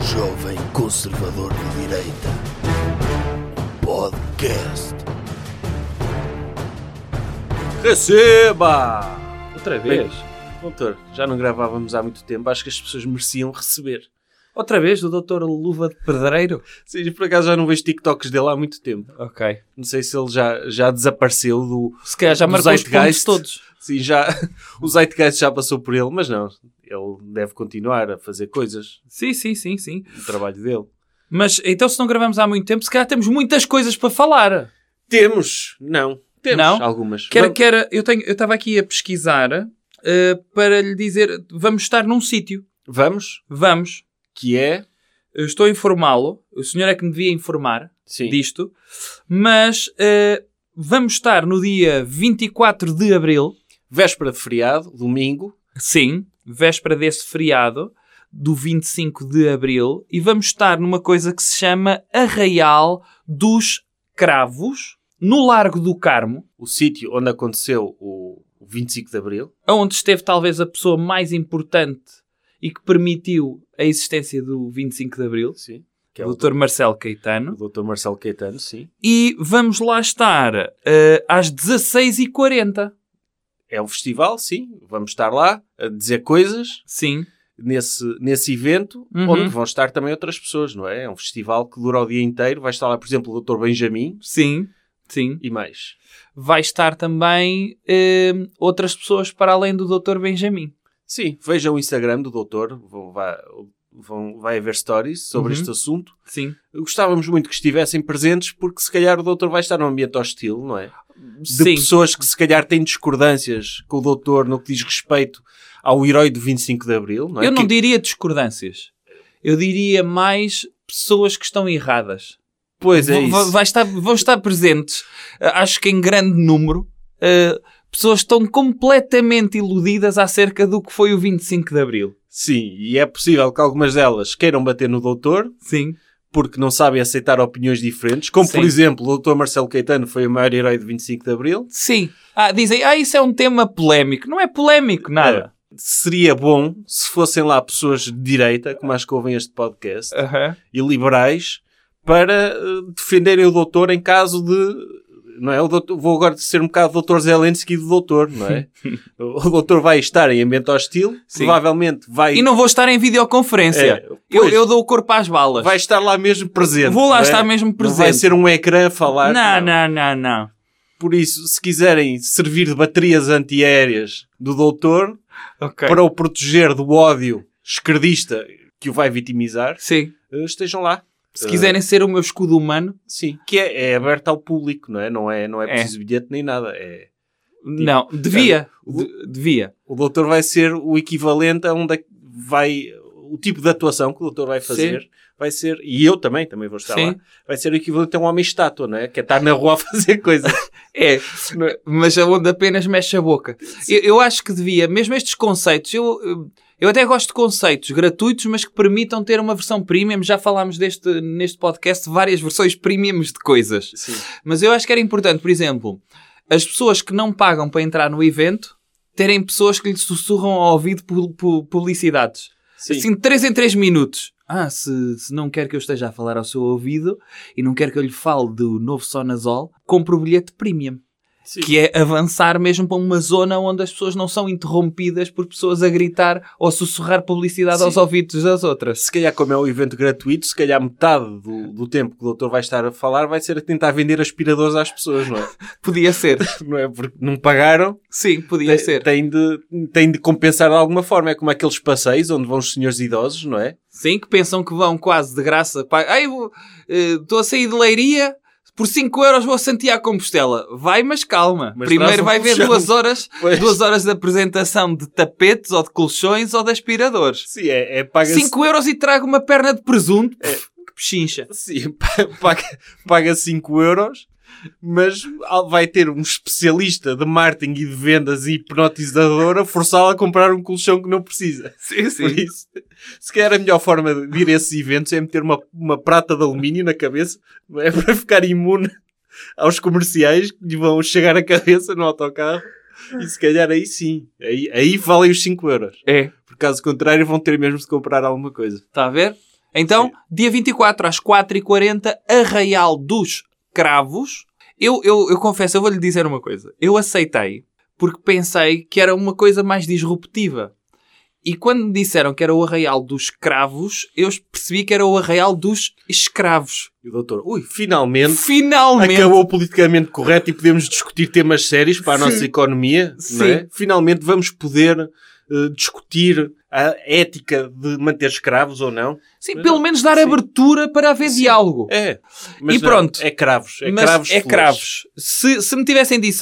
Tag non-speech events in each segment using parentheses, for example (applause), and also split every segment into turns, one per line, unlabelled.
jovem conservador de direita. Podcast.
Receba!
Outra
Bem,
vez?
doutor, já não gravávamos há muito tempo, acho que as pessoas mereciam receber. Outra vez do doutor Luva de
Pedreiro?
Sim, por acaso já não vejo TikToks dele há muito tempo.
Ok.
Não sei se ele já, já desapareceu do...
Se calhar já
Do
marcou os pontos
Zeitgeist.
todos.
Sim, já... (laughs) O Zeitgeist já passou por ele, mas não. Ele deve continuar a fazer coisas,
Sim, sim, sim, sim.
o trabalho dele.
Mas então se não gravamos há muito tempo, se calhar temos muitas coisas para falar.
Temos! Não. Temos
Não?
algumas.
Quer,
Vamos-
quer, eu tenho, eu estava aqui a pesquisar eh, para lhe dizer, vamos estar num sítio.
Vamos,
Vamos.
que é...
Eu estou a informá-lo. O senhor é que me devia informar
Sim.
disto. Mas eh, vamos estar no dia 24 de Abril.
Véspera de feriado, domingo.
Sim, véspera desse feriado do 25 de abril e vamos estar numa coisa que se chama Arraial dos Cravos, no Largo do Carmo,
O sítio onde aconteceu o o 25 de Abril.
onde esteve talvez a pessoa mais importante e que permitiu a existência do 25 de abril,
Sim. Que é
o
o
Dr. Marcelo
O
Caetano,
Dr. Marcelo Caetano, sim.
e vamos lá estar eh, às 16h40.
É um festival, sim. Vamos estar lá a dizer coisas
Sim,
nesse, nesse evento,
Uhum.
onde vão estar também outras pessoas, não é? É um festival que dura o dia inteiro. Vai estar lá, por exemplo, o Dr. Benjamin
sim, sim.
e mais.
Vai estar também eh, outras pessoas para além do Dr. Benjamin.
Sim, vejam o Instagram do Doutor. Vão, vai, vão, vai haver stories sobre
Uhum.
este assunto.
Sim.
Gostávamos muito que estivessem presentes, porque se calhar o Doutor vai estar num ambiente hostil, não é? de
Sim,
pessoas que se calhar têm discordâncias com o doutor no que diz respeito ao herói do 25 de Abril, não é?
eu não
Que-
diria discordâncias. Eu diria mais pessoas que estão erradas.
Pois é
Vão- vão-
isso.
vai estar, vão estar presentes, eh, acho que em grande número, eh, pessoas que estão completamente iludidas acerca do que foi o 25 de Abril.
Sim, e é possível que algumas delas queiram bater no doutor
Sim.
porque não sabem aceitar opiniões diferentes, como por
Sim.
exemplo, o doutor Marcelo Caetano foi o maior herói do 25 de Abril.
Sim. Ah, dizem, ah, isso é um tema polémico. Não é polémico, nada.
Seria bom se fossem lá pessoas de direita, como acho que ouvem este podcast,
Aham.
e liberais, para eh, defenderem o doutor em caso de. Não é? O doutor- vou agora ser um bocado doutor Zelensky do doutor, não
(laughs)
é? o doutor vai estar em ambiente hostil,
Sim.
provavelmente vai.
E não vou estar em
É,
videoconferência. eu,
pois,
eu dou o corpo às balas.
vai estar lá mesmo presente.
Vou lá
não é?
estar mesmo
Não vai
presente.
ser um ecrã a falar.
não, não, não, não.
Por isso, se quiserem servir de baterias antiaéreas do doutor
Ok.
para o proteger do ódio esquerdista que o vai vitimizar,
Sim.
eh, estejam lá.
Se
Eh,
quiserem ser o meu escudo humano,
Sim, que é, é aberto ao público, não é? Não é, não é
É.
preciso bilhete nem nada. É...
não, devia,
o-
de- devia.
O doutor vai ser o equivalente a onde é que vai. O tipo de atuação que o doutor vai fazer vai ser. E eu também, também vou estar
Sim.
lá. Vai ser o equivalente a um homem estátua, não é? Que é estar na rua a fazer coisas.
É, mas onde apenas mexe a boca. Eu, eu acho que devia, mesmo estes conceitos, eu, eu até gosto de conceitos gratuitos, mas que permitam ter uma versão premium. Já falámos deste, neste podcast de várias versões premiums de coisas.
Sim.
Mas eu acho que era importante, por exemplo, as pessoas que não pagam para entrar no evento terem pessoas que lhe sussurram ao ouvido pu- pu- publicidades.
Sim.
Assim, de 3 em 3 minutos. Ah, se, se não quer que eu esteja a falar ao seu ouvido e não quer que eu lhe fale do novo Sonazol, compre o bilhete premium.
Sim.
Que é avançar mesmo para uma zona onde as pessoas não são interrompidas por pessoas a gritar ou sussurrar publicidade
Sim.
aos ouvidos das outras.
Se calhar, como é um evento gratuito, se calhar metade do, do tempo que o doutor vai estar a falar vai ser a tentar vender aspiradores às pessoas, não é?
Podia ser.
(laughs) não é? Porque não pagaram.
Sim, podia
Tem,
ser.
tem de, tem de compensar de alguma forma. É como aqueles passeios onde vão os senhores idosos, não é?
Sim, que pensam que vão quase de graça. Pá, ai, vou- eh, estou a sair de Leiria, por 5 euros vou a Santiago Compostela. Vai, mas calma.
Mas traz
Primeiro
um
vai ver
colchão.
duas horas
Pois.
duas horas de apresentação de tapetes ou de colchões ou de aspiradores.
Sim, é, é paga-se
5 euros e trago uma perna de presunto. Pff, Que pechincha.
Sim, (laughs) pa- paga, paga 5 euros, mas al- vai ter um especialista de marketing e de vendas e hipnotizador a forçá-la a comprar um colchão que não precisa.
Sim,
Por isso, se calhar a melhor forma de ir a esses eventos é meter uma, uma prata de alumínio na cabeça, não é para ficar imune aos comerciais que lhe vão chegar a cabeça no autocarro. E se calhar aí sim, aí, aí valem os 5 euros.
É.
Por caso contrário, vão ter mesmo de comprar alguma coisa.
Está a ver? Então, dia 24 às 4h40, Arraial dos Cravos. Eu, eu, eu confesso, eu vou-lhe dizer uma coisa. Eu aceitei porque pensei que era uma coisa mais disruptiva. E quando me disseram que era o Arraial dos Cravos, eu percebi que era o Arraial dos Escravos.
E o doutor, ui, finalmente,
Finalmente!
acabou o politicamente correto e podemos discutir temas sérios para a
Sim.
nossa economia. Não é?
Sim.
Finalmente vamos poder eh, discutir a ética de manter escravos ou não.
Sim, pelo menos dar abertura para haver diálogo.
É.
E
não,
pronto.
É cravos. É
Mas
cravos.
é
flores.
cravos. Se, se me tivessem dito,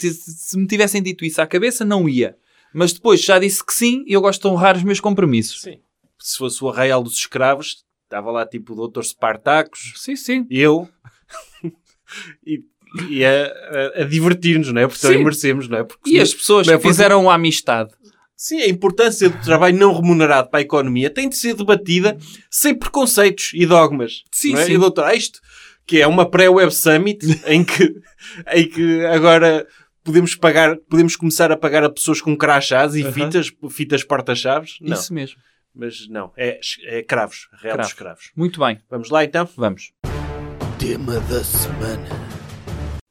se me tivessem dito isso à cabeça, não ia. Mas depois já disse que sim e eu gosto de honrar os meus compromissos.
Sim. Se fosse o arraial dos escravos, estava lá tipo o doutor Spartacus,
Sim, sim.
eu (laughs) e, e a, a- a divertir-nos, não é? Porque também
Sim.
merecemos, não é? Porque
E as pessoas
não é
que
porque-
fizeram a amistade.
Sim, a importância do trabalho não remunerado para a economia tem de ser debatida sem preconceitos e dogmas.
Sim,
não é?
sim.
E, doutor, há isto que é uma pré-Web Summit (laughs) em que, em que agora podemos pagar, podemos começar a pagar a pessoas com crachás e
Aham.
fitas, fitas porta-chaves. Não,
Isso mesmo.
mas não, é, é cravos, real dos cravos.
Muito bem.
Vamos lá então?
Vamos.
Tema da semana.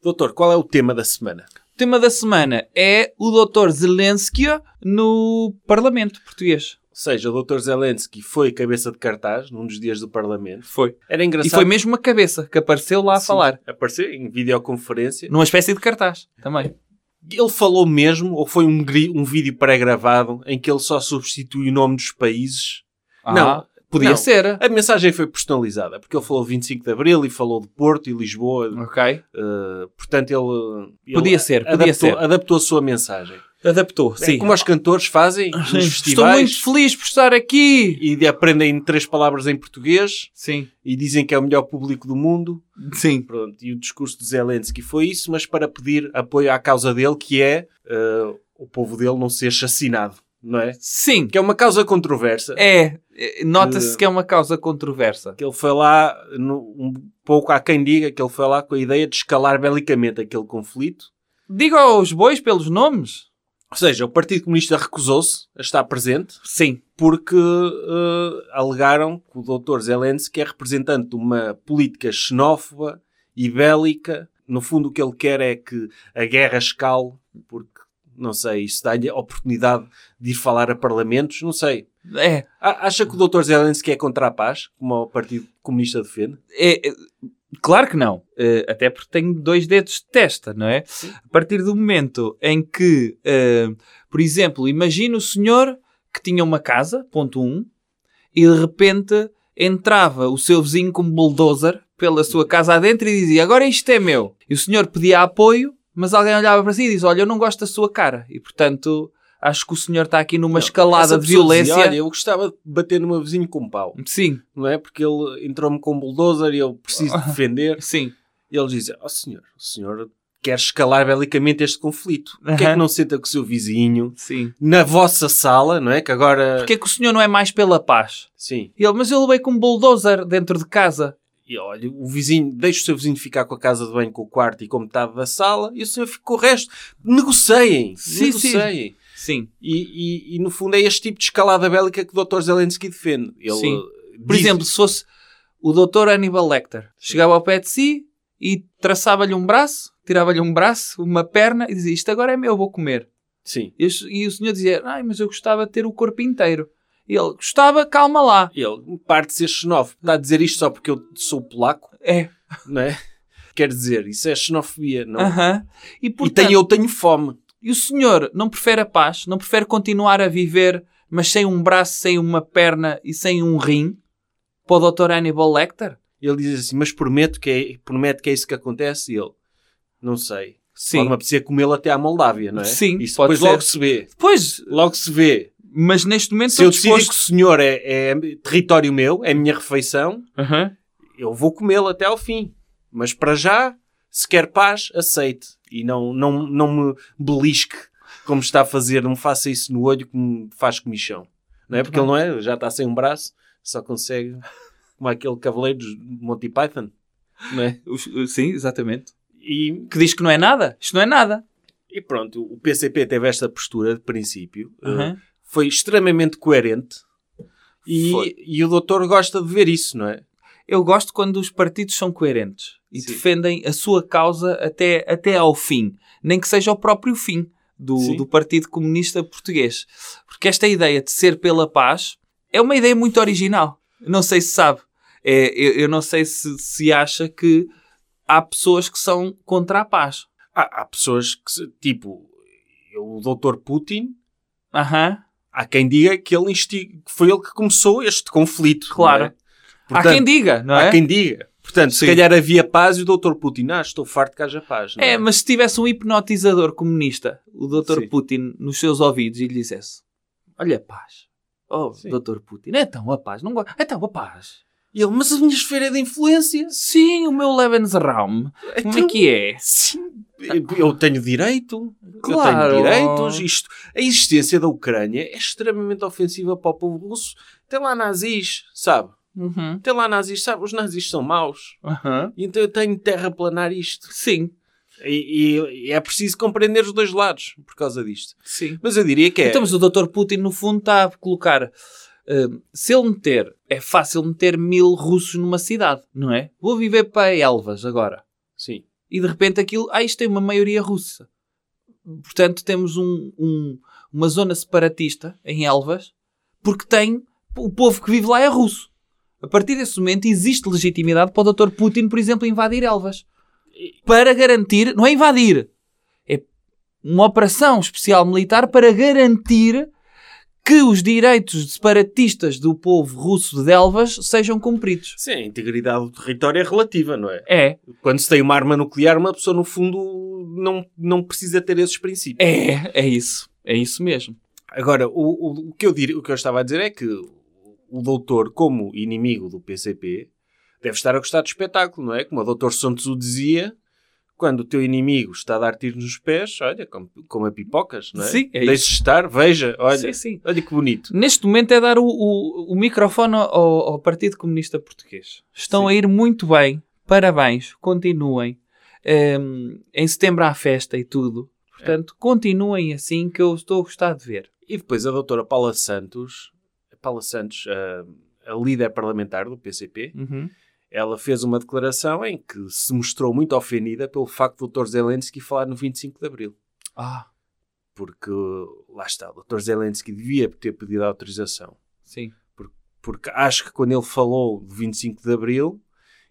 Doutor, qual é o tema da semana?
O tema da semana é o Dr. Zelensky no Parlamento português.
Ou seja, o Dr. Zelensky foi cabeça de cartaz num dos dias do Parlamento.
Foi.
Era
E
engraçado.
foi mesmo uma cabeça que apareceu lá a
Sim,
falar.
Apareceu em videoconferência.
Numa espécie de cartaz também.
Ele falou mesmo, ou foi um, gri- um vídeo pré-gravado em que ele só substitui o nome dos países?
Ah, podia
não.
ser.
A mensagem foi personalizada, porque ele falou 25 de Abril e falou de Porto e Lisboa.
Ok.
eh, portanto, ele, ele
Podia ser, podia
adaptou,
ser.
adaptou a sua mensagem.
Adaptou,
É como os cantores fazem nos
Estou
festivais
muito feliz por estar aqui.
e aprendem três palavras em português
Sim,
e dizem que é o melhor público do mundo.
sim.
Pronto, e o discurso de Zelensky foi isso, mas para pedir apoio à causa dele, que é eh, o povo dele não ser assassinado, não é?
Sim,
Que é uma causa controversa.
é. é, Nota-se
Eh,
que é uma causa controversa.
Que ele foi lá, no- um pouco há quem diga que ele foi lá com a ideia de escalar belicamente aquele conflito.
Diga aos bois pelos nomes?
Ou seja, o Partido Comunista recusou-se a estar presente
Sim.
porque eh, alegaram que o Dr. Zelensky é representante de uma política xenófoba e bélica. No fundo, o que ele quer é que a guerra escale, porque, não sei, isso dá-lhe a oportunidade de ir falar a parlamentos, não sei.
É.
A- Acha que o Dr. Zelensky é contra a paz, como o Partido Comunista defende?
é, é, claro que não. Eh, até porque tenho dois dedos de testa, não é? A partir do momento em que, eh, por exemplo, imagina o senhor que tinha uma casa, ponto um, e de repente entrava o seu vizinho com um bulldozer pela sua casa adentro e dizia agora isto é meu. E o senhor pedia apoio, mas alguém olhava para si e diz olha, eu não gosto da sua cara. E, portanto, acho que o senhor está aqui numa
Não,
escalada
essa
de
pessoa
violência.
dizia, Olha, eu gostava de bater no meu vizinho com um pau,
Sim,
não é? Porque ele entrou-me com um bulldozer e eu
(laughs)
preciso defender.
sim.
E eles dizem: Ó senhor, o senhor quer escalar belicamente este conflito. Porquê é que
Aham.
não senta com o seu vizinho
Sim.
na vossa sala, não é? Que agora.
Porquê que o senhor não é mais pela paz?
Sim.
E ele, mas eu levei com um bulldozer dentro de casa.
E olha, o vizinho, deixa o seu vizinho ficar com a casa de banho, com o quarto e com metade da sala e o senhor fica com o resto. Negociem!
Sim, sim.
negociem.
Sim.
E, e- e, no fundo é este tipo de escalada bélica que o Dr. Zelensky defende. Ele,
Sim.
eh,
Por
diz-
exemplo, se fosse o doutor Hannibal Lecter. Chegava ao pé de si e traçava-lhe um braço, tirava-lhe um braço, uma perna e dizia, isto agora é meu, vou comer.
Sim.
E, o- e o senhor dizia, ai, mas eu gostava de ter o corpo inteiro. E ele, gostava, calma lá.
Ele parte de ser xenófobo. Está a dizer isto só porque eu sou polaco,
É.
não é? Quer dizer, isso é xenofobia, não?
Aham. E,
e
Ah, portanto,
tem, eu tenho fome.
e o senhor não prefere a paz, não prefere continuar a viver, mas sem um braço, sem uma perna e sem um rim? Para o doutor Hannibal Lecter?
Ele diz assim, mas prometo que é, promete que é isso que acontece. E ele, não sei.
Sim.
Pode-me apetecer comê-lo até à Moldávia, não é?
Sim,
Isso
pode
depois
ser.
logo se vê.
Pois,
Logo se vê.
mas neste momento
Se eu
estou
decidir
Então disposto...
que o senhor é, é território meu, é minha refeição, eu vou comê-lo até ao fim. Mas para já, se quer paz, aceite. E não, não, não me belisque como está a fazer. Não me faça isso no olho que me faz comichão. Não é? Porque ele não é, já está sem um braço, só consegue como aquele cavaleiro dos Monty Python. Não é?
Os- Sim, exatamente.
E
Que diz que não é nada. Isto não é nada.
E pronto, o PCP teve esta postura de princípio.
Uhum.
Uh, Foi extremamente coerente.
Foi.
E, e o doutor gosta de ver isso, não é?
Eu gosto quando os partidos são coerentes e
Sim.
defendem a sua causa até, até ao fim, nem que seja o próprio fim do,
Sim.
do Partido Comunista Português. Porque esta ideia de ser pela paz é uma ideia muito original. Não sei se sabe. É, eu, eu não sei se, se acha que há pessoas que são contra a paz.
Há, há pessoas que, se- tipo, o doutor Putin,
Aham.
há quem diga que ele insti- que foi ele que começou este conflito. não
Claro.
é?
há
Portanto,
quem diga, não é?
Há quem diga. Portanto, se
Sim.
calhar havia paz e o doutor Putin, ah, estou farto que haja paz. não
É, mas se tivesse um hipnotizador comunista, o Dr.
Sim.
Putin, nos seus ouvidos e lhe dissesse: Olha, a paz. Oh,
Sim.
Dr. Putin, então a paz, não gosto. Então a paz.
E ele, mas a minha esfera é de influência.
Sim, o meu Lebensraum. Como é
Então,
que é?
Sim, eu tenho direito.
Claro.
Eu tenho direitos. Isto, a existência da Ucrânia é extremamente ofensiva para o povo russo. Tem lá nazis, sabe?
Uhum.
Tem lá nazis, sabe? Os nazis são maus.
Aham.
E Então eu tenho de terraplanar isto.
Sim,
E, e- e é preciso compreender os dois lados por causa disto.
sim.
Mas eu diria que é.
Então, mas o Dr. Putin, no fundo, está a colocar. hum, se ele meter, é fácil meter mil russos numa cidade, não é? Vou viver para Elvas agora.
Sim.
e de repente aquilo, ah, isto tem uma maioria russa. Portanto, temos um- um- uma zona separatista em Elvas, porque tem o povo que vive lá é russo. A partir desse momento existe legitimidade para o Dr. Putin, por exemplo, invadir Elvas. Para garantir, não é invadir, é uma operação especial militar para garantir que os direitos separatistas do povo russo de Elvas sejam cumpridos.
Sim, a integridade do território é relativa, não é?
É,
Quando se tem uma arma nuclear, uma pessoa, no fundo, não, não precisa ter esses princípios.
é, é isso. É isso mesmo.
Agora, o, o, o que eu dir, o que eu estava a dizer é que o doutor, como inimigo do PCP, deve estar a gostar do espetáculo, não é? Como o doutor Santos o dizia, quando o teu inimigo está a dar tiros nos pés, olha, como, como a pipocas, não é?
Sim, é
Deixe estar, veja, olha,
Sim, sim.
olha que bonito.
Neste momento é dar o, o- o microfone ao, ao Partido Comunista Português. Estão
Sim.
a ir muito bem. Parabéns. Continuem. Ehm, em setembro há festa e tudo. Portanto, continuem assim que eu estou a gostar de ver.
E depois a doutora Paula Santos, Paula Santos, a, a líder parlamentar do PCP, ela fez uma declaração em que se mostrou muito ofendida pelo facto do Dr. Zelensky falar no 25 de Abril.
Ah,
Porque, lá está, o Dr. Zelensky devia ter pedido autorização.
sim.
Porque acho que quando ele falou do 25 de Abril,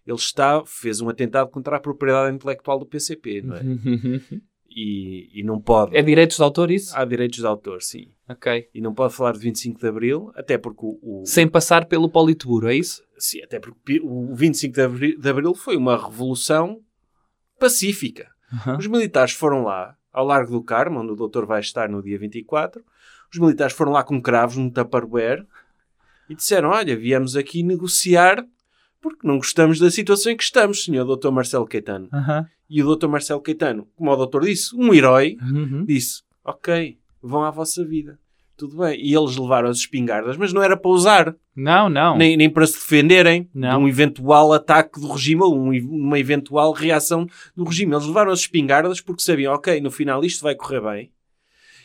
ele está, fez um atentado contra a propriedade intelectual do PCP, não é? E, e não pode.
Uhum. É direitos de autor isso?
Há direitos de autor, sim.
Ok.
E não pode falar de 25 de Abril, até porque o... o-
Sem passar pelo Politburo, é isso?
Sim, até porque pi- o 25 de Abril, de Abril foi uma revolução pacífica. Os militares foram lá, ao Largo do Carmo, onde o doutor vai estar no dia 24. Os militares foram lá com cravos no Tupperware e disseram: Olha, viemos aqui negociar porque não gostamos da situação em que estamos, senhor doutor Marcelo Caetano.
Aham.
E o doutor Marcelo Caetano, como o doutor disse, um herói,
Uhum.
disse: Ok, vão à vossa vida. Tudo bem. E eles levaram as espingardas, mas não era para usar
Não, não.
nem, nem para se defenderem
Não.
de um eventual ataque do regime ou um- uma eventual reação do regime. Eles levaram as espingardas porque sabiam, ok, no final isto vai correr bem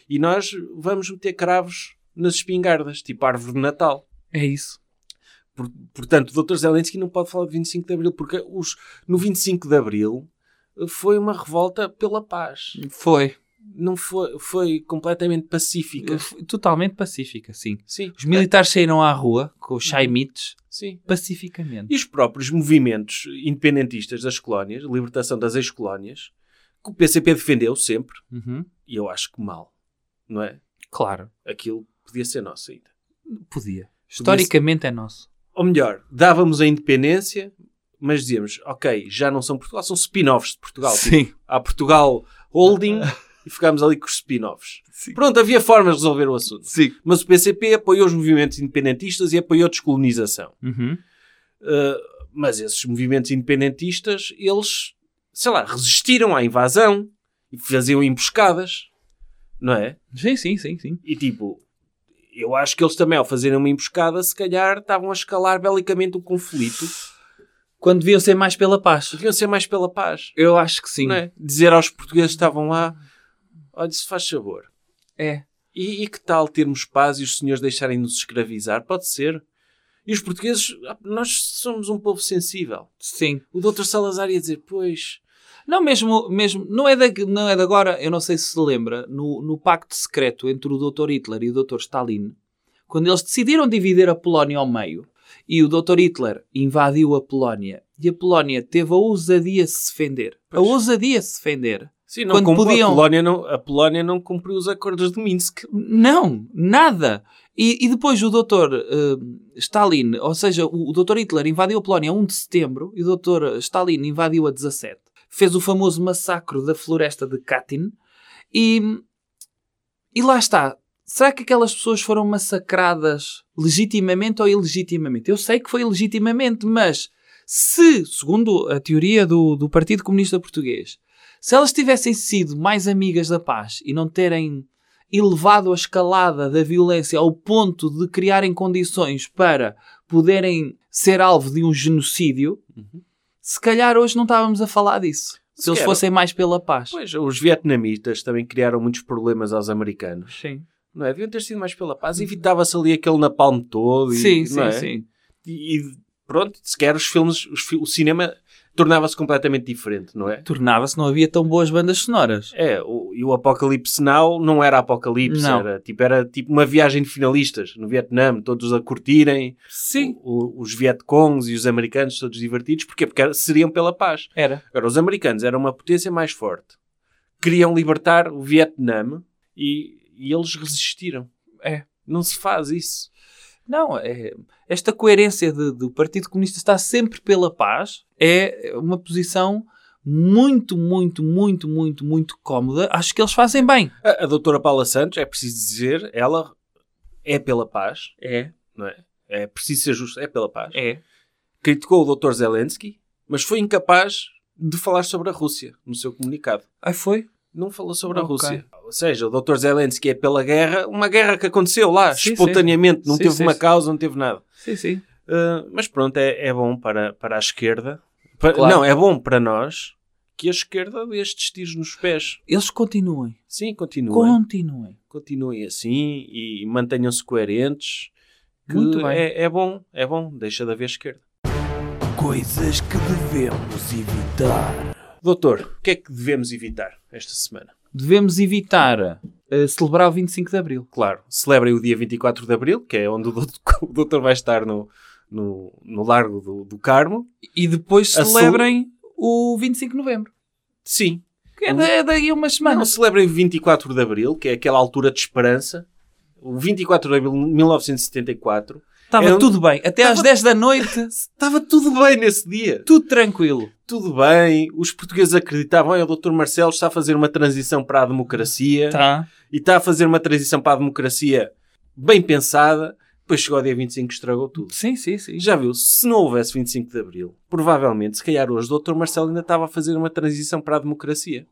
e nós vamos meter cravos nas espingardas, tipo árvore de Natal.
É isso.
Por- portanto, o Dr. Zelensky não pode falar de 25 de Abril porque os, no 25 de Abril eh, foi uma revolta pela paz.
Foi.
Não foi, foi completamente pacífica.
Foi Totalmente pacífica, sim.
Sim, é,
Os militares saíram à rua com os chaimites
sim.
pacificamente.
E os próprios movimentos independentistas das colónias, libertação das ex-colónias, que o PCP defendeu sempre,
Uhum.
e eu acho que mal, não é?
Claro,
Aquilo podia ser nosso ainda.
podia. Historicamente é nosso.
Ou melhor, dávamos a independência, mas dizíamos, ok, já não são Portugal, são spin-offs de Portugal. Tipo,
Sim.
há Portugal Holding e ficámos ali com os spin-offs. Pronto, havia formas de resolver o assunto.
Sim.
Mas o PCP apoiou os movimentos independentistas e apoiou a descolonização.
Uhum.
Uh, mas esses movimentos independentistas, eles, sei lá, resistiram à invasão e faziam emboscadas, não é?
Sim, sim, sim, sim.
E tipo, eu acho que eles também, ao fazerem uma emboscada, se calhar estavam a escalar belicamente o conflito.
Quando deviam ser mais pela paz.
Deviam ser mais pela paz,
Eu acho que sim.
não é? Dizer aos portugueses que estavam lá, olha, se faz favor.
É.
E, e que tal termos paz e os senhores deixarem-nos escravizar? Pode ser. E os portugueses, ah, nós somos um povo sensível.
Sim.
O doutor Salazar ia dizer, pois...
Não, mesmo, mesmo não, é de, não é de agora, eu não sei se se lembra, no, no pacto secreto entre o Dr. Hitler e o Dr. Stalin, quando eles decidiram dividir a Polónia ao meio e o Dr. Hitler invadiu a Polónia e a Polónia teve a ousadia de se defender.
Pois.
A ousadia de se defender.
Sim,
Quando podiam-
A, Polónia não, a Polónia não cumpriu os acordos de Minsk.
Não, nada. E, e depois o Dr. eh, Stalin, ou seja, o, o Dr. Hitler invadiu a Polónia a 1 de setembro e o Dr. Stalin invadiu a 17. Fez o famoso massacre da floresta de Katyn e, e lá está. Será que aquelas pessoas foram massacradas legitimamente ou ilegitimamente? Eu sei que foi legitimamente, mas se, segundo a teoria do, do Partido Comunista Português, se elas tivessem sido mais amigas da paz e não terem elevado a escalada da violência ao ponto de criarem condições para poderem ser alvo de um genocídio, se calhar hoje não estávamos a falar disso. Se,
Uhum. Se
eles
calhar.
fossem mais pela paz.
Pois, os vietnamitas também criaram muitos problemas aos americanos.
Sim,
Não é? Deviam ter sido mais pela paz. Evitava-se ali aquele napalm todo. E,
sim, sim.
não é?
sim.
E, e pronto, sequer os filmes, os fi- o cinema tornava-se completamente diferente, não é?
Tornava-se, não havia tão boas bandas sonoras.
É, o, e o Apocalipse Now não era Apocalipse,
Não.
Era, tipo, era tipo uma viagem de finalistas no Vietnã, todos a curtirem,
Sim.
o- o- os Vietcongs e os americanos todos divertidos, porquê? Porque era- seriam pela paz.
Era.
Agora, os americanos eram uma potência mais forte, queriam libertar o Vietnã e, e eles resistiram.
É.
Não se faz isso.
Não, é- esta coerência de- do Partido Comunista está sempre pela paz é uma posição muito, muito, muito, muito, muito cómoda. Acho que eles fazem bem.
A, a doutora Paula Santos, é preciso dizer, ela é pela paz,
É.
não é? É preciso ser justo, é pela paz.
É.
criticou o Dr. Zelensky, mas foi incapaz de falar sobre a Rússia no seu comunicado.
Aí foi.
Não falou sobre a
Ok.
Rússia. Ou seja, o Dr. Zelensky é pela guerra, uma guerra que aconteceu lá,
Sim,
espontaneamente, não
Sim,
teve
sim,
uma
sim.
causa, não teve nada.
Sim, sim.
Ah, mas pronto, é, é bom para, para a esquerda. Pa-
Claro.
Não, é bom para nós que a esquerda dê estes tiros nos pés.
Eles continuem.
Sim, continuem.
Continuem.
Continuem assim e mantenham-se coerentes. que
Muito bem.
É, é bom, é bom. Deixa de haver esquerda.
Coisas que devemos evitar.
Doutor, o que é que devemos evitar esta semana?
Devemos evitar eh, celebrar o 25 de Abril.
claro, celebrem o dia 24 de Abril, que é onde o dout- (laughs) o doutor vai estar no, no, no Largo do, do Carmo.
E depois
A
celebrem o 25 de Novembro.
Sim.
Que é, da- é daí a umas
não
semanas.
celebrem o 24 de Abril, que é aquela altura de esperança. O 24 de Abril de 1974.
Estava
eu-
tudo bem. Até às 10 da noite, (laughs)
Estava tudo bem nesse dia.
tudo tranquilo.
Tudo bem. Os portugueses acreditavam. "Olha, O doutor Marcelo está a fazer uma transição para a democracia.
Tá.
E está a fazer uma transição para a democracia bem pensada. Depois chegou o dia 25 e estragou tudo.
Sim, sim, sim.
Já viu, se não houvesse 25 de Abril, provavelmente, se calhar hoje, o Dr. Marcelo ainda estava a fazer uma transição para a democracia.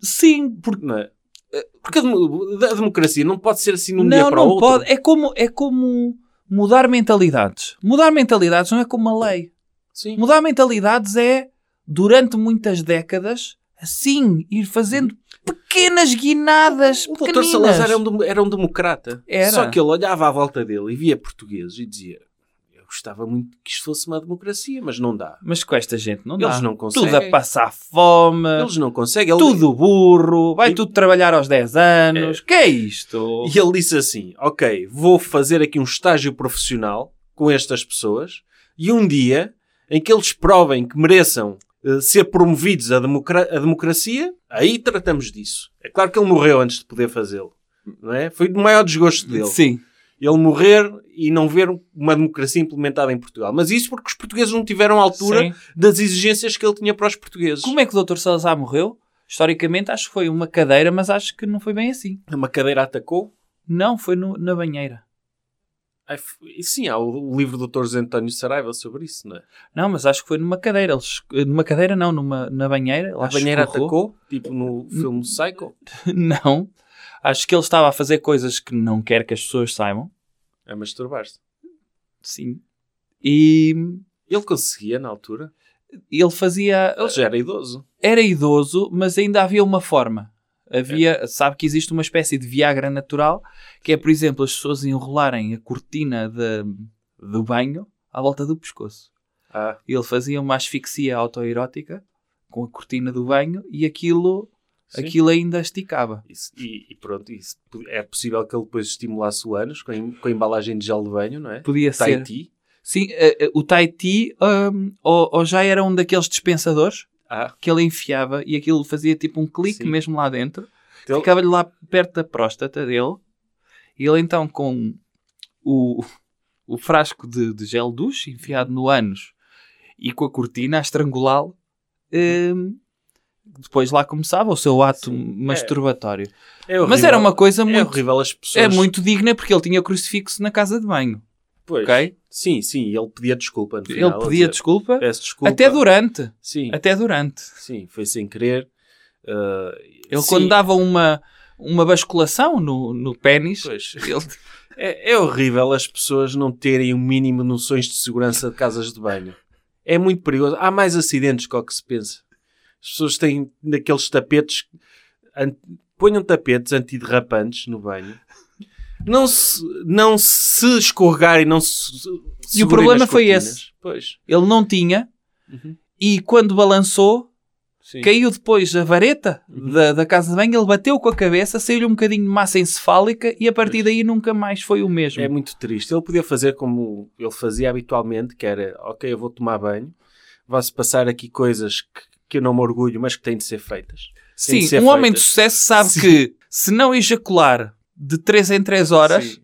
Sim, porque
Não é? Eh, Porque a, demo- a democracia não pode ser assim de um dia
não,
para
não
o outro.
pode. É como, é como mudar mentalidades. Mudar mentalidades não é como uma lei.
Sim.
Mudar mentalidades é, durante muitas décadas, assim, ir fazendo pequenas guinadas.
Uhum. O Dr.
pequeninas.
Salazar era um, dem- era um democrata.
Era.
Só que ele olhava à volta dele e via portugueses e dizia: Eu gostava muito que isto fosse uma democracia, mas não dá.
Mas com esta gente não
Eles
dá.
não
Tudo a
conseguem.
passar fome,
Eles não conseguem. Ele-
tudo burro, vai
E-
tudo trabalhar aos 10 anos. Que é isto?
E ele disse assim: Ok, vou fazer aqui um estágio profissional com estas pessoas e um dia em que eles provem que mereçam eh, ser promovidos à, democra- à democracia, aí tratamos disso. É claro que ele morreu antes de poder fazê-lo. Não é? Foi do maior desgosto dele.
Sim.
Ele morrer e não ver uma democracia implementada em Portugal. Mas isso porque os portugueses não tiveram à altura
Sim.
das exigências que ele tinha para os portugueses.
Como é que o Dr. Salazar morreu? Historicamente, acho que foi uma cadeira, mas acho que não foi bem assim.
Uma cadeira atacou.
Não, foi no- na banheira.
Ai, f- e Sim, há o o livro do Dr. José António Saraiva sobre isso, não é?
Não, mas acho que foi numa cadeira. Eles, numa cadeira, não, numa, na banheira. Lá
A banheira
escorregou.
atacou, tipo no filme Psycho.
(laughs) Não. Acho que ele estava a fazer coisas que não quer que as pessoas saibam. É
A masturbar-se.
Sim. E
Ele conseguia na altura.
ele fazia.
Ele já era idoso.
Era idoso, mas ainda havia uma forma. Havia. Sabe que existe é, uma espécie de Viagra natural que é, por exemplo, as pessoas enrolarem a cortina de, do banho à volta do pescoço.
Ah.
E ele fazia uma asfixia autoerótica com a cortina do banho e aquilo,
Sim.
aquilo ainda esticava.
Isso- e, e pronto, isso, é possível que ele depois estimulasse o ânus com, a em- com a embalagem de gel de banho, não é?
Podia ser.
Tahiti.
Sim, eh, eh, o Tahiti hum, ou, ou já era um daqueles dispensadores
Ah,
que ele enfiava e aquilo fazia tipo um clique
Sim.
mesmo lá dentro.
então-
Ficava-lhe lá perto da próstata dele. E ele então com o, o frasco de, de gel duche enfiado no ânus e com a cortina a estrangulá-lo. hum, depois lá começava o seu ato masturbatório.
é
Mas
horrível.
era uma coisa
É
muito,
horrível as pessoas.
é muito digna porque ele tinha crucifixo na casa de banho.
Pois.
ok?
Sim, sim, e ele pedia desculpa. No final,
Ele pedia
dizia, "É
desculpa,
Peço desculpa.
até durante.
Sim,
Até durante.
sim, foi sem querer. Ah,
Ele
sim,
quando dava uma, uma basculação no, no pênis,
pois.
ele
É, é horrível as pessoas não terem o mínimo de noções de segurança de casas de banho. É muito perigoso. Há mais acidentes que o que se pensa. As pessoas têm daqueles tapetes. an- Ponham tapetes antiderrapantes no banho. Não se, não se escorregar e não se.
E o problema foi
esse. Pois.
Ele não tinha.
Uhum.
E quando balançou,
Sim. Uhum.
caiu depois a vareta da, da casa de banho, ele bateu com a cabeça, saiu-lhe um bocadinho de massa encefálica e a partir daí nunca mais foi o mesmo.
É muito triste. Ele podia fazer como ele fazia habitualmente, que era, ok, eu vou tomar banho, vá-se passar aqui coisas que, que eu não me orgulho, mas que têm de ser feitas.
Sim, um
de ser
homem de
feitas.
sucesso sabe
Sim.
que se não ejacular de 3 em 3 horas,
Sim.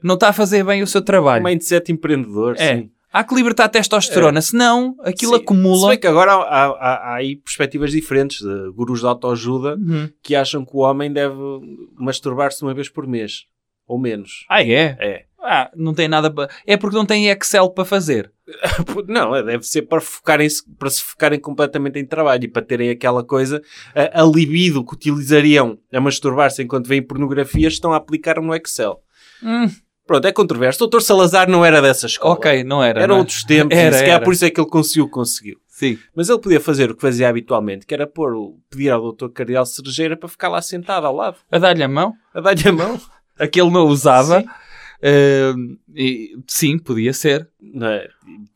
não está a fazer bem o seu
Um
trabalho.
mindset empreendedor,
É.
sim.
Há que libertar a testosterona, senão aquilo
É. Sim. Se
acumula.
bem que agora há, há- há- há aí perspectivas diferentes de gurus de autoajuda
Uhum.
que acham que o homem deve masturbar-se uma vez por mês, ou menos.
Ah, é?
É.
Ah, não tem nada para. É porque não tem Excel para fazer.
Não, é, deve ser para, focarem-se- para se focarem completamente em trabalho e para terem aquela coisa, a, a libido que utilizariam a masturbar-se enquanto veem pornografias, estão a aplicar no Excel.
Hum,
Pronto, é controverso. Doutor Salazar não era dessa escola.
ok, não era.
Eram
não é?
outros tempos,
Era,
e se calhar
era.
por isso é que ele conseguiu o que conseguiu.
Sim.
Mas ele podia fazer o que fazia habitualmente, que era pôr, o- pedir ao doutor Cardeal Cerejeira para ficar lá sentado ao lado,
A dar-lhe a mão.
a dar-lhe a mão.
aquele não usava.
Sim.
Ahm, e- Sim, podia ser.
não é?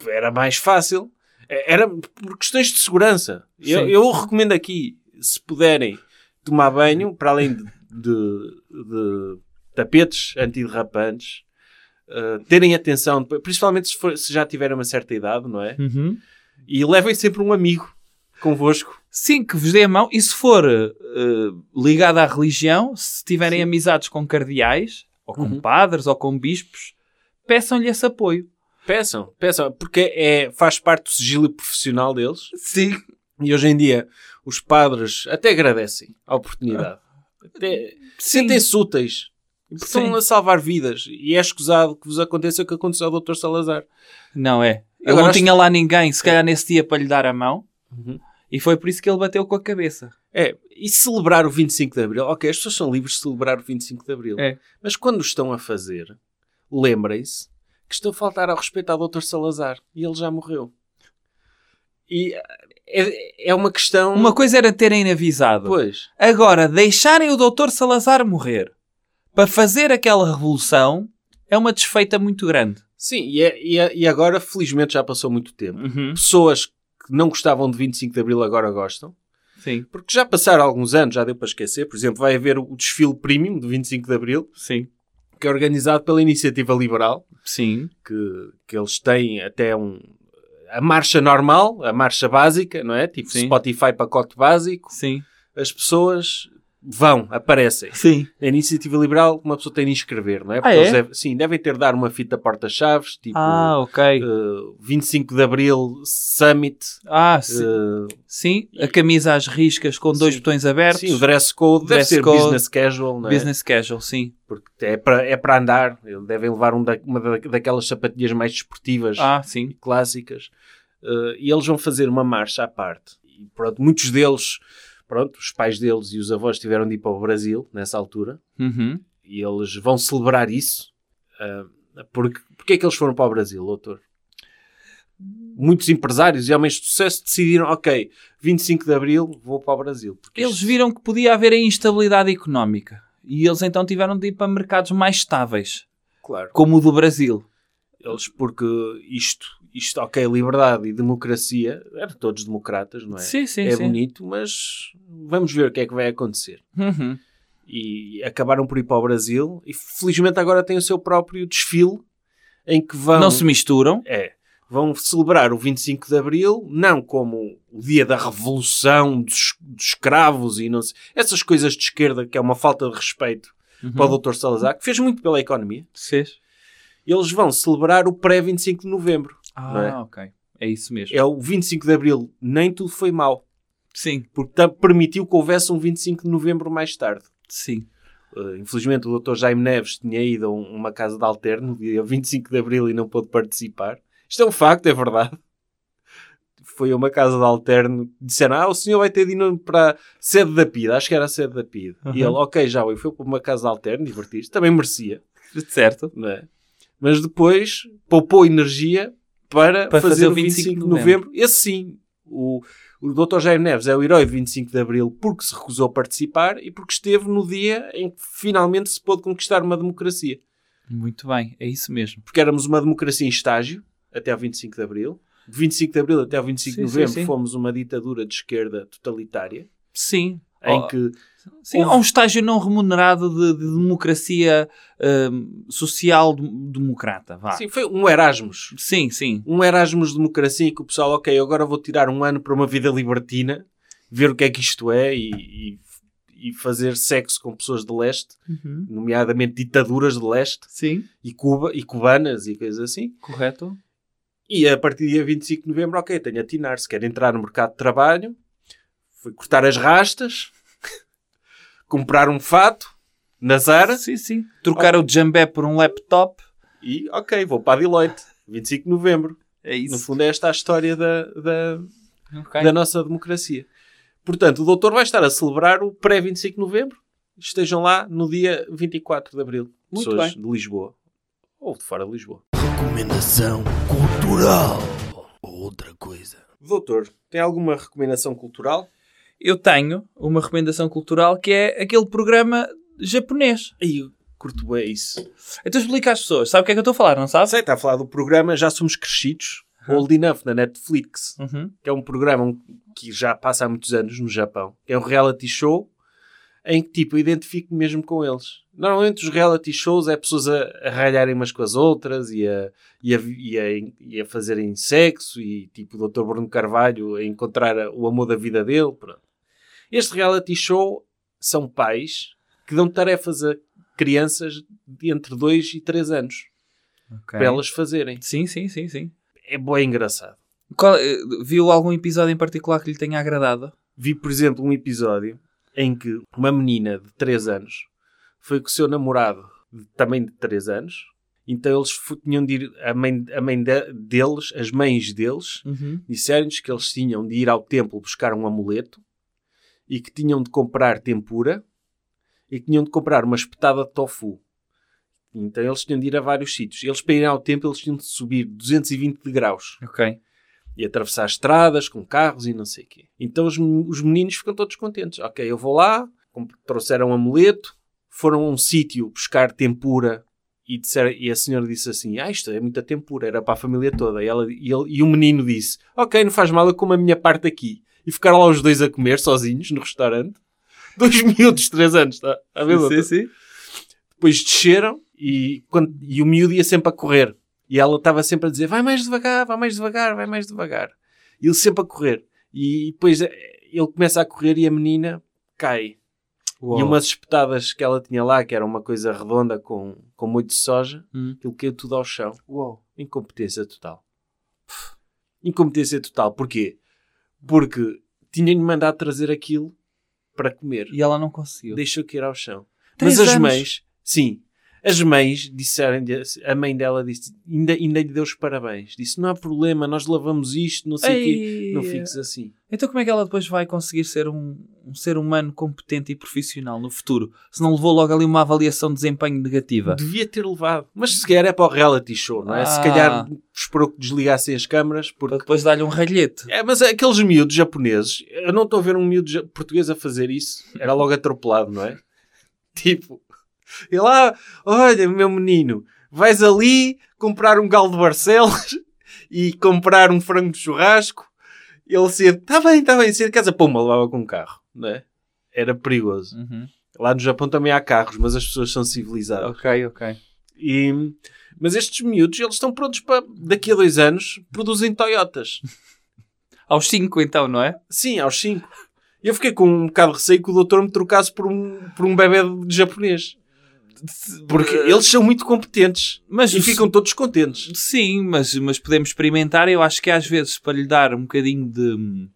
era mais fácil. É- Era por questões de segurança. Eu,
Sim.
eu recomendo aqui, se puderem tomar banho, para além de, de- de tapetes antiderrapantes, uh, terem atenção, principalmente se, for- se já tiverem uma certa idade, não é? E levem sempre um amigo convosco.
Sim, que vos dê a mão. E se for eh, ligado à religião, se tiverem
Sim.
amizades com cardeais, ou com
Uhum.
padres, ou com bispos, peçam-lhe esse apoio.
Peçam, peçam, porque é, faz parte do sigilo profissional deles.
Sim.
E hoje em dia os padres até agradecem a oportunidade. Até sentem-se úteis. Porque
Sim.
estão a salvar vidas. E é escusado que vos aconteça o que aconteceu ao Dr. Salazar.
Não é. Ele
Agora
não
acho- Uhum.
tinha lá ninguém, se calhar nesse dia, para lhe dar a mão. E foi por isso que ele bateu com a cabeça.
É, e celebrar o 25 de Abril? Ok, as pessoas são livres de celebrar o 25 de Abril.
É.
Mas quando o estão a fazer, lembrem-se que estão a faltar ao respeito ao Dr. Salazar. E ele já morreu. E é, é uma questão...
Uma coisa era terem avisado.
Pois.
Agora, deixarem o Dr. Salazar morrer para fazer aquela revolução é uma desfeita muito grande.
Sim, e, é- e é- e agora felizmente já passou muito tempo. pessoas que não gostavam de 25 de Abril agora gostam,
Sim,
porque já passaram alguns anos, já deu para esquecer. Por exemplo, vai haver o desfile premium de 25 de Abril,
sim,
que é organizado pela Iniciativa Liberal,
sim.
que, que eles têm até um. A marcha normal, a marcha básica, não é? Tipo
Sim.
Spotify pacote básico.
Sim.
As pessoas vão, aparecem.
Sim.
Na Iniciativa Liberal, uma pessoa tem de inscrever, não é?
Ah, é?
devem, sim, devem ter de dar uma fita porta-chaves, tipo
Ah, ok.
eh, 25 de Abril Summit.
Ah, sim.
eh,
sim. A camisa às riscas com dois
Sim.
botões abertos.
Sim, o dress code deve
Dress
ser
code,
business casual, não é?
Business casual, sim.
Porque é para é para andar. Eles Devem levar um da- uma da- daquelas sapatilhas mais desportivas
Ah, sim.
clássicas. Eh, e eles vão fazer uma marcha à parte. E pronto, muitos deles, pronto, os pais deles e os avós tiveram de ir para o Brasil nessa altura.
Uhum.
E eles vão celebrar isso. Eh, porque, porque é que eles foram para o Brasil, doutor? Muitos empresários e homens de sucesso decidiram, ok, 25 de Abril vou para o Brasil. Porque
Eles
isto-
viram que podia haver a instabilidade económica. E eles então tiveram de ir para mercados mais estáveis,
Claro.
como o do Brasil.
Eles, porque isto, isto, ok, liberdade e democracia, eram todos democratas, não é?
Sim, sim,
é
sim.
bonito, mas vamos ver o que é que vai acontecer.
Uhum.
E acabaram por ir para o Brasil e felizmente agora tem o seu próprio desfile em que vão.
Não se misturam.
É. Vão celebrar o 25 de Abril, não como o dia da revolução dos, dos escravos e não sei, essas coisas de esquerda que é uma falta de respeito
Uhum.
para o Dr. Salazar, que fez muito pela economia.
Vocês?
Eles vão celebrar o pré-25 de Novembro.
Ah,
Não é?
ok. É isso mesmo.
É o 25 de Abril, nem tudo foi mal,
Sim,
porque tam- permitiu que houvesse um 25 de Novembro mais tarde.
sim.
Eh, infelizmente o Dr. Jaime Neves tinha ido a um- uma casa de alterno dia 25 de Abril e não pôde participar. Isto é um facto, é verdade. Foi a uma casa de alterno, disseram: Ah, o senhor vai ter de ir no- para a sede da PIDA, acho que era a sede da PIDA.
Uhum.
E ele, ok, já foi, foi para uma casa de alterno, divertir também merecia,
Certo.
não é? Mas depois poupou energia para,
Para
fazer,
fazer
o 25 de novembro.
novembro.
Esse sim, o, o Dr. Jaime Neves é o herói de 25 de Abril porque se recusou a participar e porque esteve no dia em que finalmente se pôde conquistar uma democracia.
Muito bem, é isso mesmo.
Porque éramos uma democracia em estágio até ao 25 de Abril. De 25 de Abril até ao 25 de
Sim, sim,
novembro
sim.
fomos uma ditadura de esquerda totalitária
Sim.
em
Oh,
que
sim,
houve-
há um estágio não remunerado de, de democracia hum, social-democrata. Vá.
sim, foi um Erasmus.
sim. sim.
Um Erasmus de democracia em que o pessoal, ok, agora vou tirar um ano para uma vida libertina, ver o que é que isto é e- e, e fazer sexo com pessoas de leste. nomeadamente ditaduras de leste
Sim.
e, Cuba, e cubanas e coisas assim.
Correto?
E a partir do dia 25 de novembro, ok, tenho a atinar, se quer entrar no mercado de trabalho, fui cortar as rastas, (laughs) comprar um fato na Zara
Sim, sim. Trocar o jambé por um laptop.
e ok, vou para a Deloitte. 25 de novembro.
É
No fundo, é esta a história da, da,
Ok.
da nossa democracia. Portanto, o doutor vai estar a celebrar o pré-25 de novembro. Estejam lá no dia 24 de abril.
Muito
pessoas de Lisboa. Ou de fora de Lisboa.
Recomendação cultural. Outra coisa.
Doutor, tem alguma recomendação cultural?
Eu tenho uma recomendação cultural que é aquele programa japonês.
Aí eu curto bem isso.
Então explica às pessoas. Sabe o que é que eu estou a falar, não sabe?
Sei, está a falar do programa Já Somos Crescidos, Old Enough, na Netflix,
Uhum.
que é um programa que já passa há muitos anos no Japão. É um reality show em que, tipo, eu identifico mesmo com eles. Normalmente os reality shows é pessoas a, a ralharem umas com as outras e a, e a, e a- e a fazerem sexo e, tipo, o Dr. Bruno Carvalho a encontrar a- o amor da vida dele. Pronto. Este reality show são pais que dão tarefas a crianças de entre 2 e 3 anos para elas fazerem.
Sim, sim, sim, sim.
É bem engraçado.
Qual- eh, viu algum episódio em particular que lhe tenha agradado?
Vi, por exemplo, um episódio em que uma menina de 3 anos foi com o seu namorado, de- também de 3 anos. Então eles fo- tinham de ir, a mãe, a mãe de- deles, as mães deles,
Uhum.
disseram-lhes que eles tinham de ir ao templo buscar um amuleto e que tinham de comprar tempura e que tinham de comprar uma espetada de tofu. Então eles tinham de ir a vários sítios. Eles, para ir ao templo, eles tinham de subir 220 degraus.
Ok.
e atravessar estradas com carros e não sei o quê. Então os, men- os meninos ficam todos contentes. Ok, eu vou lá, comp- trouxeram um amuleto, foram a um sítio buscar tempura e, disseram, e a senhora disse assim: Ah, isto é muita tempura, era para a família toda. E, ela, e, ele- e o menino disse: Ok, não faz mal, eu como a minha parte aqui. E ficaram lá os dois a comer sozinhos no restaurante. Dois (laughs) miúdos, três anos, está a ver? doutor?
sim.
Depois desceram e, quando- e o miúdo ia sempre a correr. E ela estava sempre a dizer: vai mais devagar, vai mais devagar, vai mais devagar. E ele sempre a correr. E depois eh, ele começa a correr e a menina cai. E umas espetadas que ela tinha lá, que era uma coisa redonda com, com molho de soja,
Hum.
aquilo caiu tudo ao chão. Incompetência total. Incompetência total. Porquê? Porque tinham-lhe mandado trazer aquilo para comer
E ela não conseguiu.
deixou cair ao chão.
Três
Mas as
anos.
mães, sim, as mães disseram a mãe dela disse, ainda, ainda lhe deu os parabéns. Disse: não há problema, nós lavamos isto, não sei o quê.
Ei,
Não fiques assim.
Então como é que ela depois vai conseguir ser um, um ser humano competente e profissional no futuro? Se não levou logo ali uma avaliação de desempenho negativa?
Devia ter levado. Mas se calhar é para o reality show, não é? Se
Ah.
calhar esperou que desligassem as câmaras,
Para
porque.
depois dar-lhe um ralhete.
É, mas aqueles miúdos japoneses, eu não estou a ver um miúdo ja- português a fazer isso, era (laughs) logo atropelado, não é? Tipo, e lá, olha, meu menino, Vais ali comprar um galo de Barcelos (laughs) e comprar um frango de churrasco. Ele cedo, tá bem, tá bem, cedo de casa, pumba, levava com um carro, não é? Era perigoso.
Uhum.
Lá no Japão também há carros, mas as pessoas são civilizadas.
Ok, ok.
E- mas estes miúdos, eles estão prontos para, daqui a dois anos, produzem Toyotas.
Aos 5 então, não é?
Sim, aos 5. Eu fiquei com um bocado de receio que o doutor me trocasse por um, por um bebê de japonês. Porque eles são muito competentes
Mas
e ficam todos
um
contentes.
Sim, mas, mas podemos experimentar. Eu acho que às vezes, para lhe dar um bocadinho de,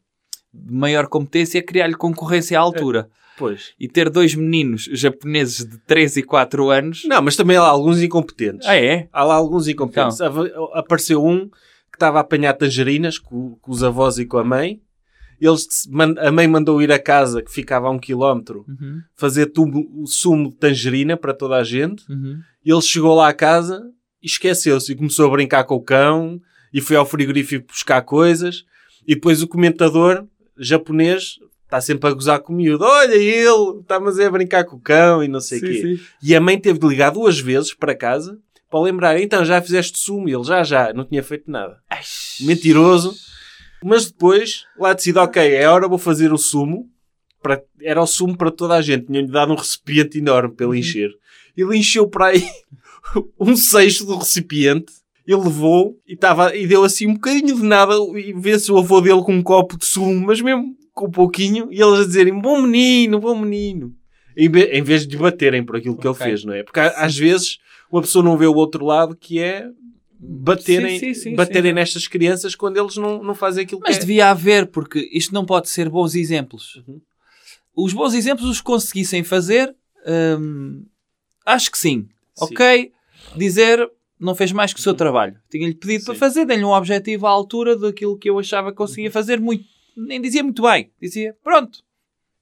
de maior competência, é criar-lhe concorrência à altura.
Pois.
E ter dois meninos japoneses de 3 e 4 anos.
Não, mas também há lá alguns incompetentes.
Ah, é? Então.
Há lá alguns incompetentes. Ava- Apareceu um que estava a apanhar tangerinas com, com os avós e com a mãe. Eles, disse- man- a mãe mandou ir a casa, que ficava a um quilómetro,
Uhum,
fazer tubo, sumo de tangerina para toda a gente.
uhum.
E ele chegou lá à casa e esqueceu-se e começou a brincar com o cão e foi ao frigorífico buscar coisas. E depois o comentador japonês está sempre a gozar com o miúdo. Olha ele, está mas é a brincar com o cão e não sei é. o quê. E a mãe teve de ligar duas vezes para casa para lembrar. Então já fizeste sumo? E ele já, já. Não tinha feito nada.
Ai,
Mentiroso. Mas depois lá decide, ok, é hora, vou fazer o sumo. Para- era o sumo para toda a gente. Tinham-lhe dado um recipiente enorme para ele encher. Ele encheu para aí (laughs) um sexto do recipiente. Ele levou e, estava, e deu assim um bocadinho de nada e vê-se o avô dele com um copo de sumo, mas mesmo com pouquinho, e eles a dizerem, bom menino, bom menino. Em, ve- em vez de debaterem por aquilo que
Ok.
ele fez, não é? Porque há- às vezes uma pessoa não vê o outro lado que é baterem,
Sim, sim, sim,
baterem
sim.
nestas crianças quando eles não, não fazem aquilo
Mas
que é.
devia haver, porque isto não pode ser bons exemplos.
Uhum.
Os bons exemplos os conseguissem fazer, hum, acho que sim. Ok, dizer não fez mais que o seu trabalho. Tinha-lhe pedido para
Uhum. Sim. Uhum.
fazer, dei-lhe um objetivo à altura daquilo que eu achava que conseguia fazer. Muito, nem dizia muito bem. Dizia, pronto,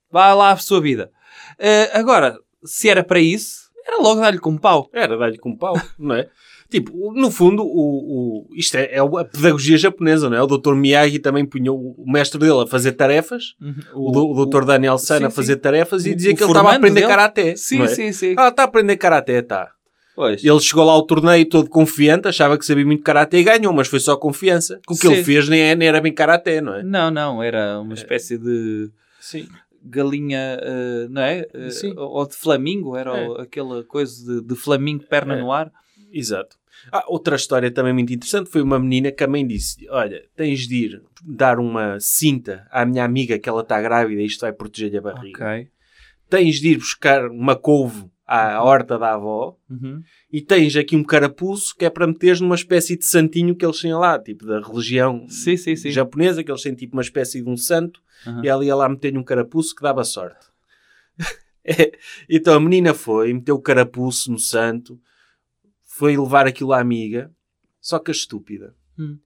vá lá à sua vida. Ah, agora, se era para isso, era logo dar-lhe com um pau.
É, Era dar-lhe com pau, não é? (laughs) Tipo, o- no fundo, o, o- isto é, é a pedagogia japonesa, não é? O Dr. Miyagi também punhou o mestre dele a fazer tarefas, o, do- o Dr. Daniel San
sim,
a
sim.
fazer tarefas
O-
e dizia
o
que ele estava a
formando
aprender
dele.
karaté.
Sim,
não é?
sim, sim.
Ah, está a aprender karaté, está.
Pois.
Ele chegou lá ao torneio todo confiante, achava que sabia muito karaté e ganhou, mas foi só confiança. Que O que
Sim.
ele fez nem, é- nem era bem karaté, não é?
Não, não, era
Eh.
uma espécie de
Sim.
galinha, ah, não é? Ah,
Sim.
ou ou de flamingo, era o- aquela coisa de, de flamingo, perna
É.
no ar.
Exato. Ah, outra história também muito interessante foi uma menina que a mãe disse: Olha, tens de ir dar uma cinta à minha amiga que ela está grávida e isto vai proteger-lhe a barriga.
Ok.
Tens de ir buscar uma couve à horta da avó
Uhum.
e tens aqui um carapuço que é para meteres numa espécie de santinho que eles têm lá, tipo da religião
Sim, sim, sim.
japonesa, que eles têm tipo uma espécie de um santo
Aham.
e ela ia lá meter-lhe um carapuço que dava sorte. (laughs) É, então a menina foi, meteu o carapuço no santo, foi levar aquilo à amiga, só que a estúpida.
Hum.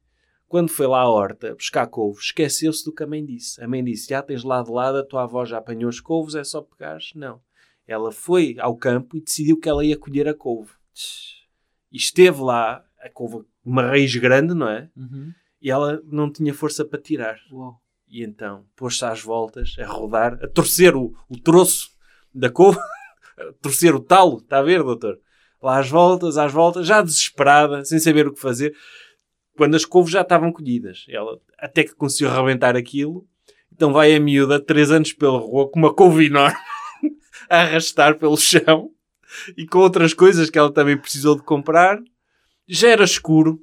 Quando foi lá à horta buscar couves, esqueceu-se do que a mãe disse. A mãe disse: Já tens lá de lado, a tua avó já apanhou as couves, é só pegares. Não. Ela foi ao campo e decidiu que ela ia colher a couve. E esteve lá, a couve, uma raiz grande, não é?
Uhum.
E ela não tinha força para tirar.
Uau.
E então pôs-se às voltas, a rodar, a torcer o, o troço da couve, (laughs) a torcer o talo, está a ver, doutor? Lá às voltas, às voltas, já desesperada, sem saber o que fazer, quando as couves já estavam colhidas. Ela até que conseguiu arrebentar aquilo, então vai a miúda, três anos pela rua, com uma couve enorme, (laughs) a arrastar pelo chão e com outras coisas que ela também precisou de comprar. Já era escuro,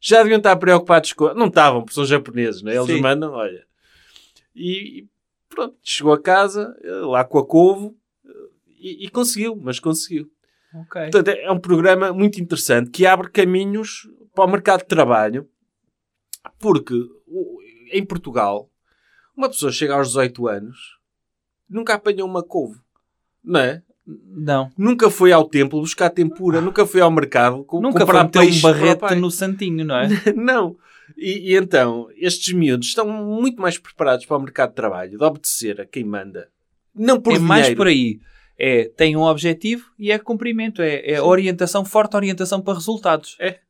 já deviam estar preocupados com. Não estavam, porque são japoneses, não é? Eles
Sim.
mandam, olha. E pronto, chegou a casa, eh, lá com a couve, eh, e, e conseguiu, mas conseguiu.
Ok.
Portanto, é é um programa muito interessante que abre caminhos para o mercado de trabalho, porque o- em Portugal, uma pessoa chega aos 18 anos, nunca apanhou uma couve, não é?
Não.
Nunca foi ao templo buscar tempura, nunca foi ao mercado co-
Nunca
comprar
foi meter um
peixe para o
barrete
pai.
no santinho, não é?
(laughs) Não. E, e então, estes miúdos estão muito mais preparados para o mercado de trabalho, de obedecer a quem manda. Não por
é
dinheiro.
mais (laughs) por aí. É, tem um objetivo e é cumprimento. É, é orientação, forte orientação para resultados.
É?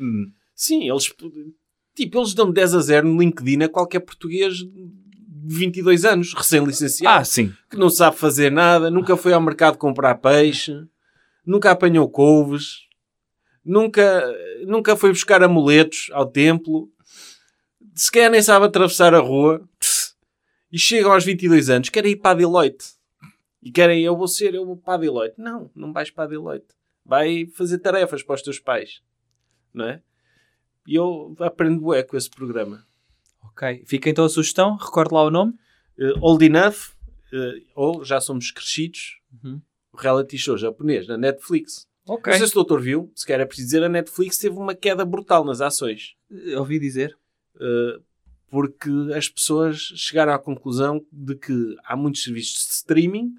Hum.
Sim, eles... Tipo, eles dão 10 a 0 no LinkedIn a qualquer português de 22 anos,
Ah,
recém-licenciado,
sim.
que não sabe fazer nada, nunca foi ao mercado comprar peixe, nunca apanhou couves. nunca, nunca foi buscar amuletos ao templo, sequer nem sabe atravessar a rua e chega aos 22 anos, quer ir para a Deloitte. E querem, eu vou ser, eu vou para a Deloitte. Não, não vais para a Deloitte. Vai fazer tarefas para os teus pais. Não é? E eu aprendo bué com esse programa.
Ok. Fica então a sugestão. Recorde lá o nome.
Eh, old Enough, eh, ou Já Somos Crescidos,
Uhum.
o reality show japonês, na Netflix.
Ok.
Não sei se o doutor viu, se quer é preciso dizer, a Netflix teve uma queda brutal nas ações.
Eh, Ouvi dizer.
Uh, porque as pessoas chegaram à conclusão de que há muitos serviços de streaming.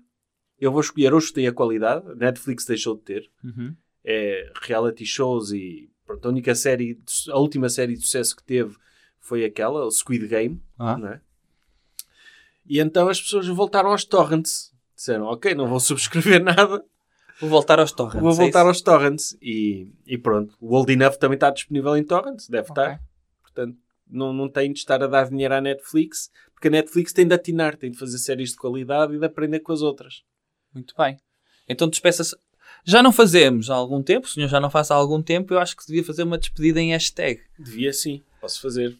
Eu vou escolher hoje tem a qualidade, a Netflix deixou de ter,
Uhum.
é reality shows e pronto, a única série, de su- a última série de sucesso que teve foi aquela, o Squid Game,
Ah.
não é? E então as pessoas voltaram aos torrents, disseram, ok, não vou (laughs) subscrever nada,
Vou voltar aos torrents.
vou
é
voltar
isso?
aos torrents e, e pronto. O Old Enough também está disponível em torrents, deve
Ok.
estar portanto não, não tem de estar a dar dinheiro à Netflix, porque a Netflix tem de atinar, tem de fazer séries de qualidade e de aprender com as outras.
Muito bem. Então despeça-se. Já não fazemos há algum tempo, o senhor já não faz há algum tempo, eu acho que devia fazer uma despedida em hashtag.
Devia sim, posso fazer.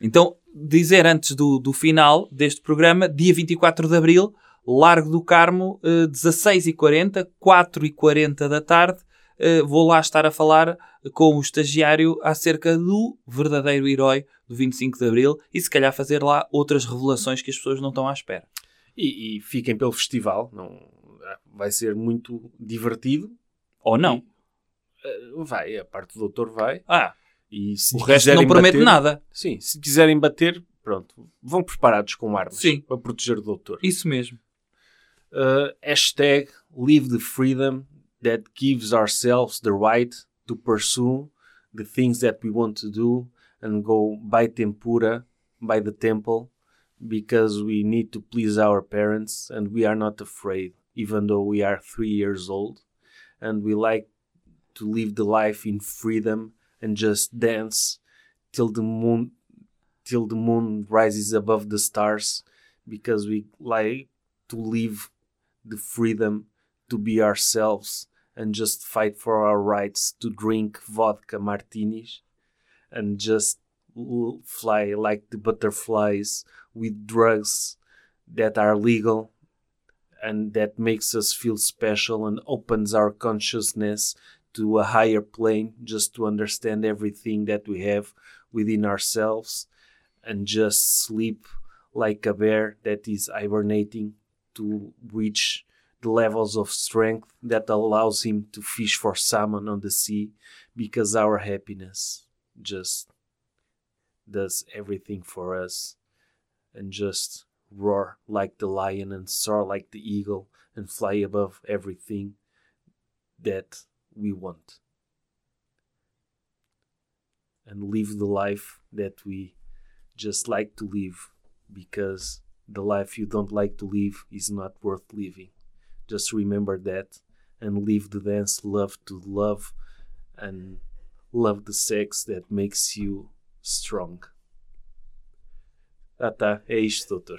Então, dizer antes do, do final deste programa, dia 24 de Abril, Largo do Carmo, eh, 16h40, 4h40 da tarde, eh, vou lá estar a falar com o estagiário acerca do verdadeiro herói do 25 de Abril e se calhar fazer lá outras revelações que as pessoas não estão à espera.
E, e fiquem pelo festival, não, ah, vai ser muito divertido.
Ou não.
Eh, Vai, a parte do doutor vai.
Ah,
E se
o resto
quiserem
não promete
bater-
nada.
Sim, se quiserem bater, pronto, vão preparados com armas
Sim.
para proteger o doutor.
Isso mesmo.
Uh, hashtag live the freedom that gives ourselves the right to pursue the things that we want to do and go by tempura, by the temple, because we need to please our parents and we are not afraid, even though we are three years old. And we like to live the life in freedom and just dance till the moon till the moon rises above the stars because we like to live the freedom to be ourselves and just fight for our rights to drink vodka martinis and just l- fly like the butterflies with drugs that are legal and that makes us feel special and opens our consciousness to a higher plane just to understand everything that we have within ourselves and just sleep like a bear that is hibernating to reach the levels of strength that allows him to fish for salmon on the sea because our happiness just does everything for us and just roar like the lion and soar like the eagle and fly above everything that we want and live the life that we just like to live because the life you don't like to live is not worth living. Just remember that and live the dance, love to love, and love the sex that makes you strong. Ah tá, é isto, doutor.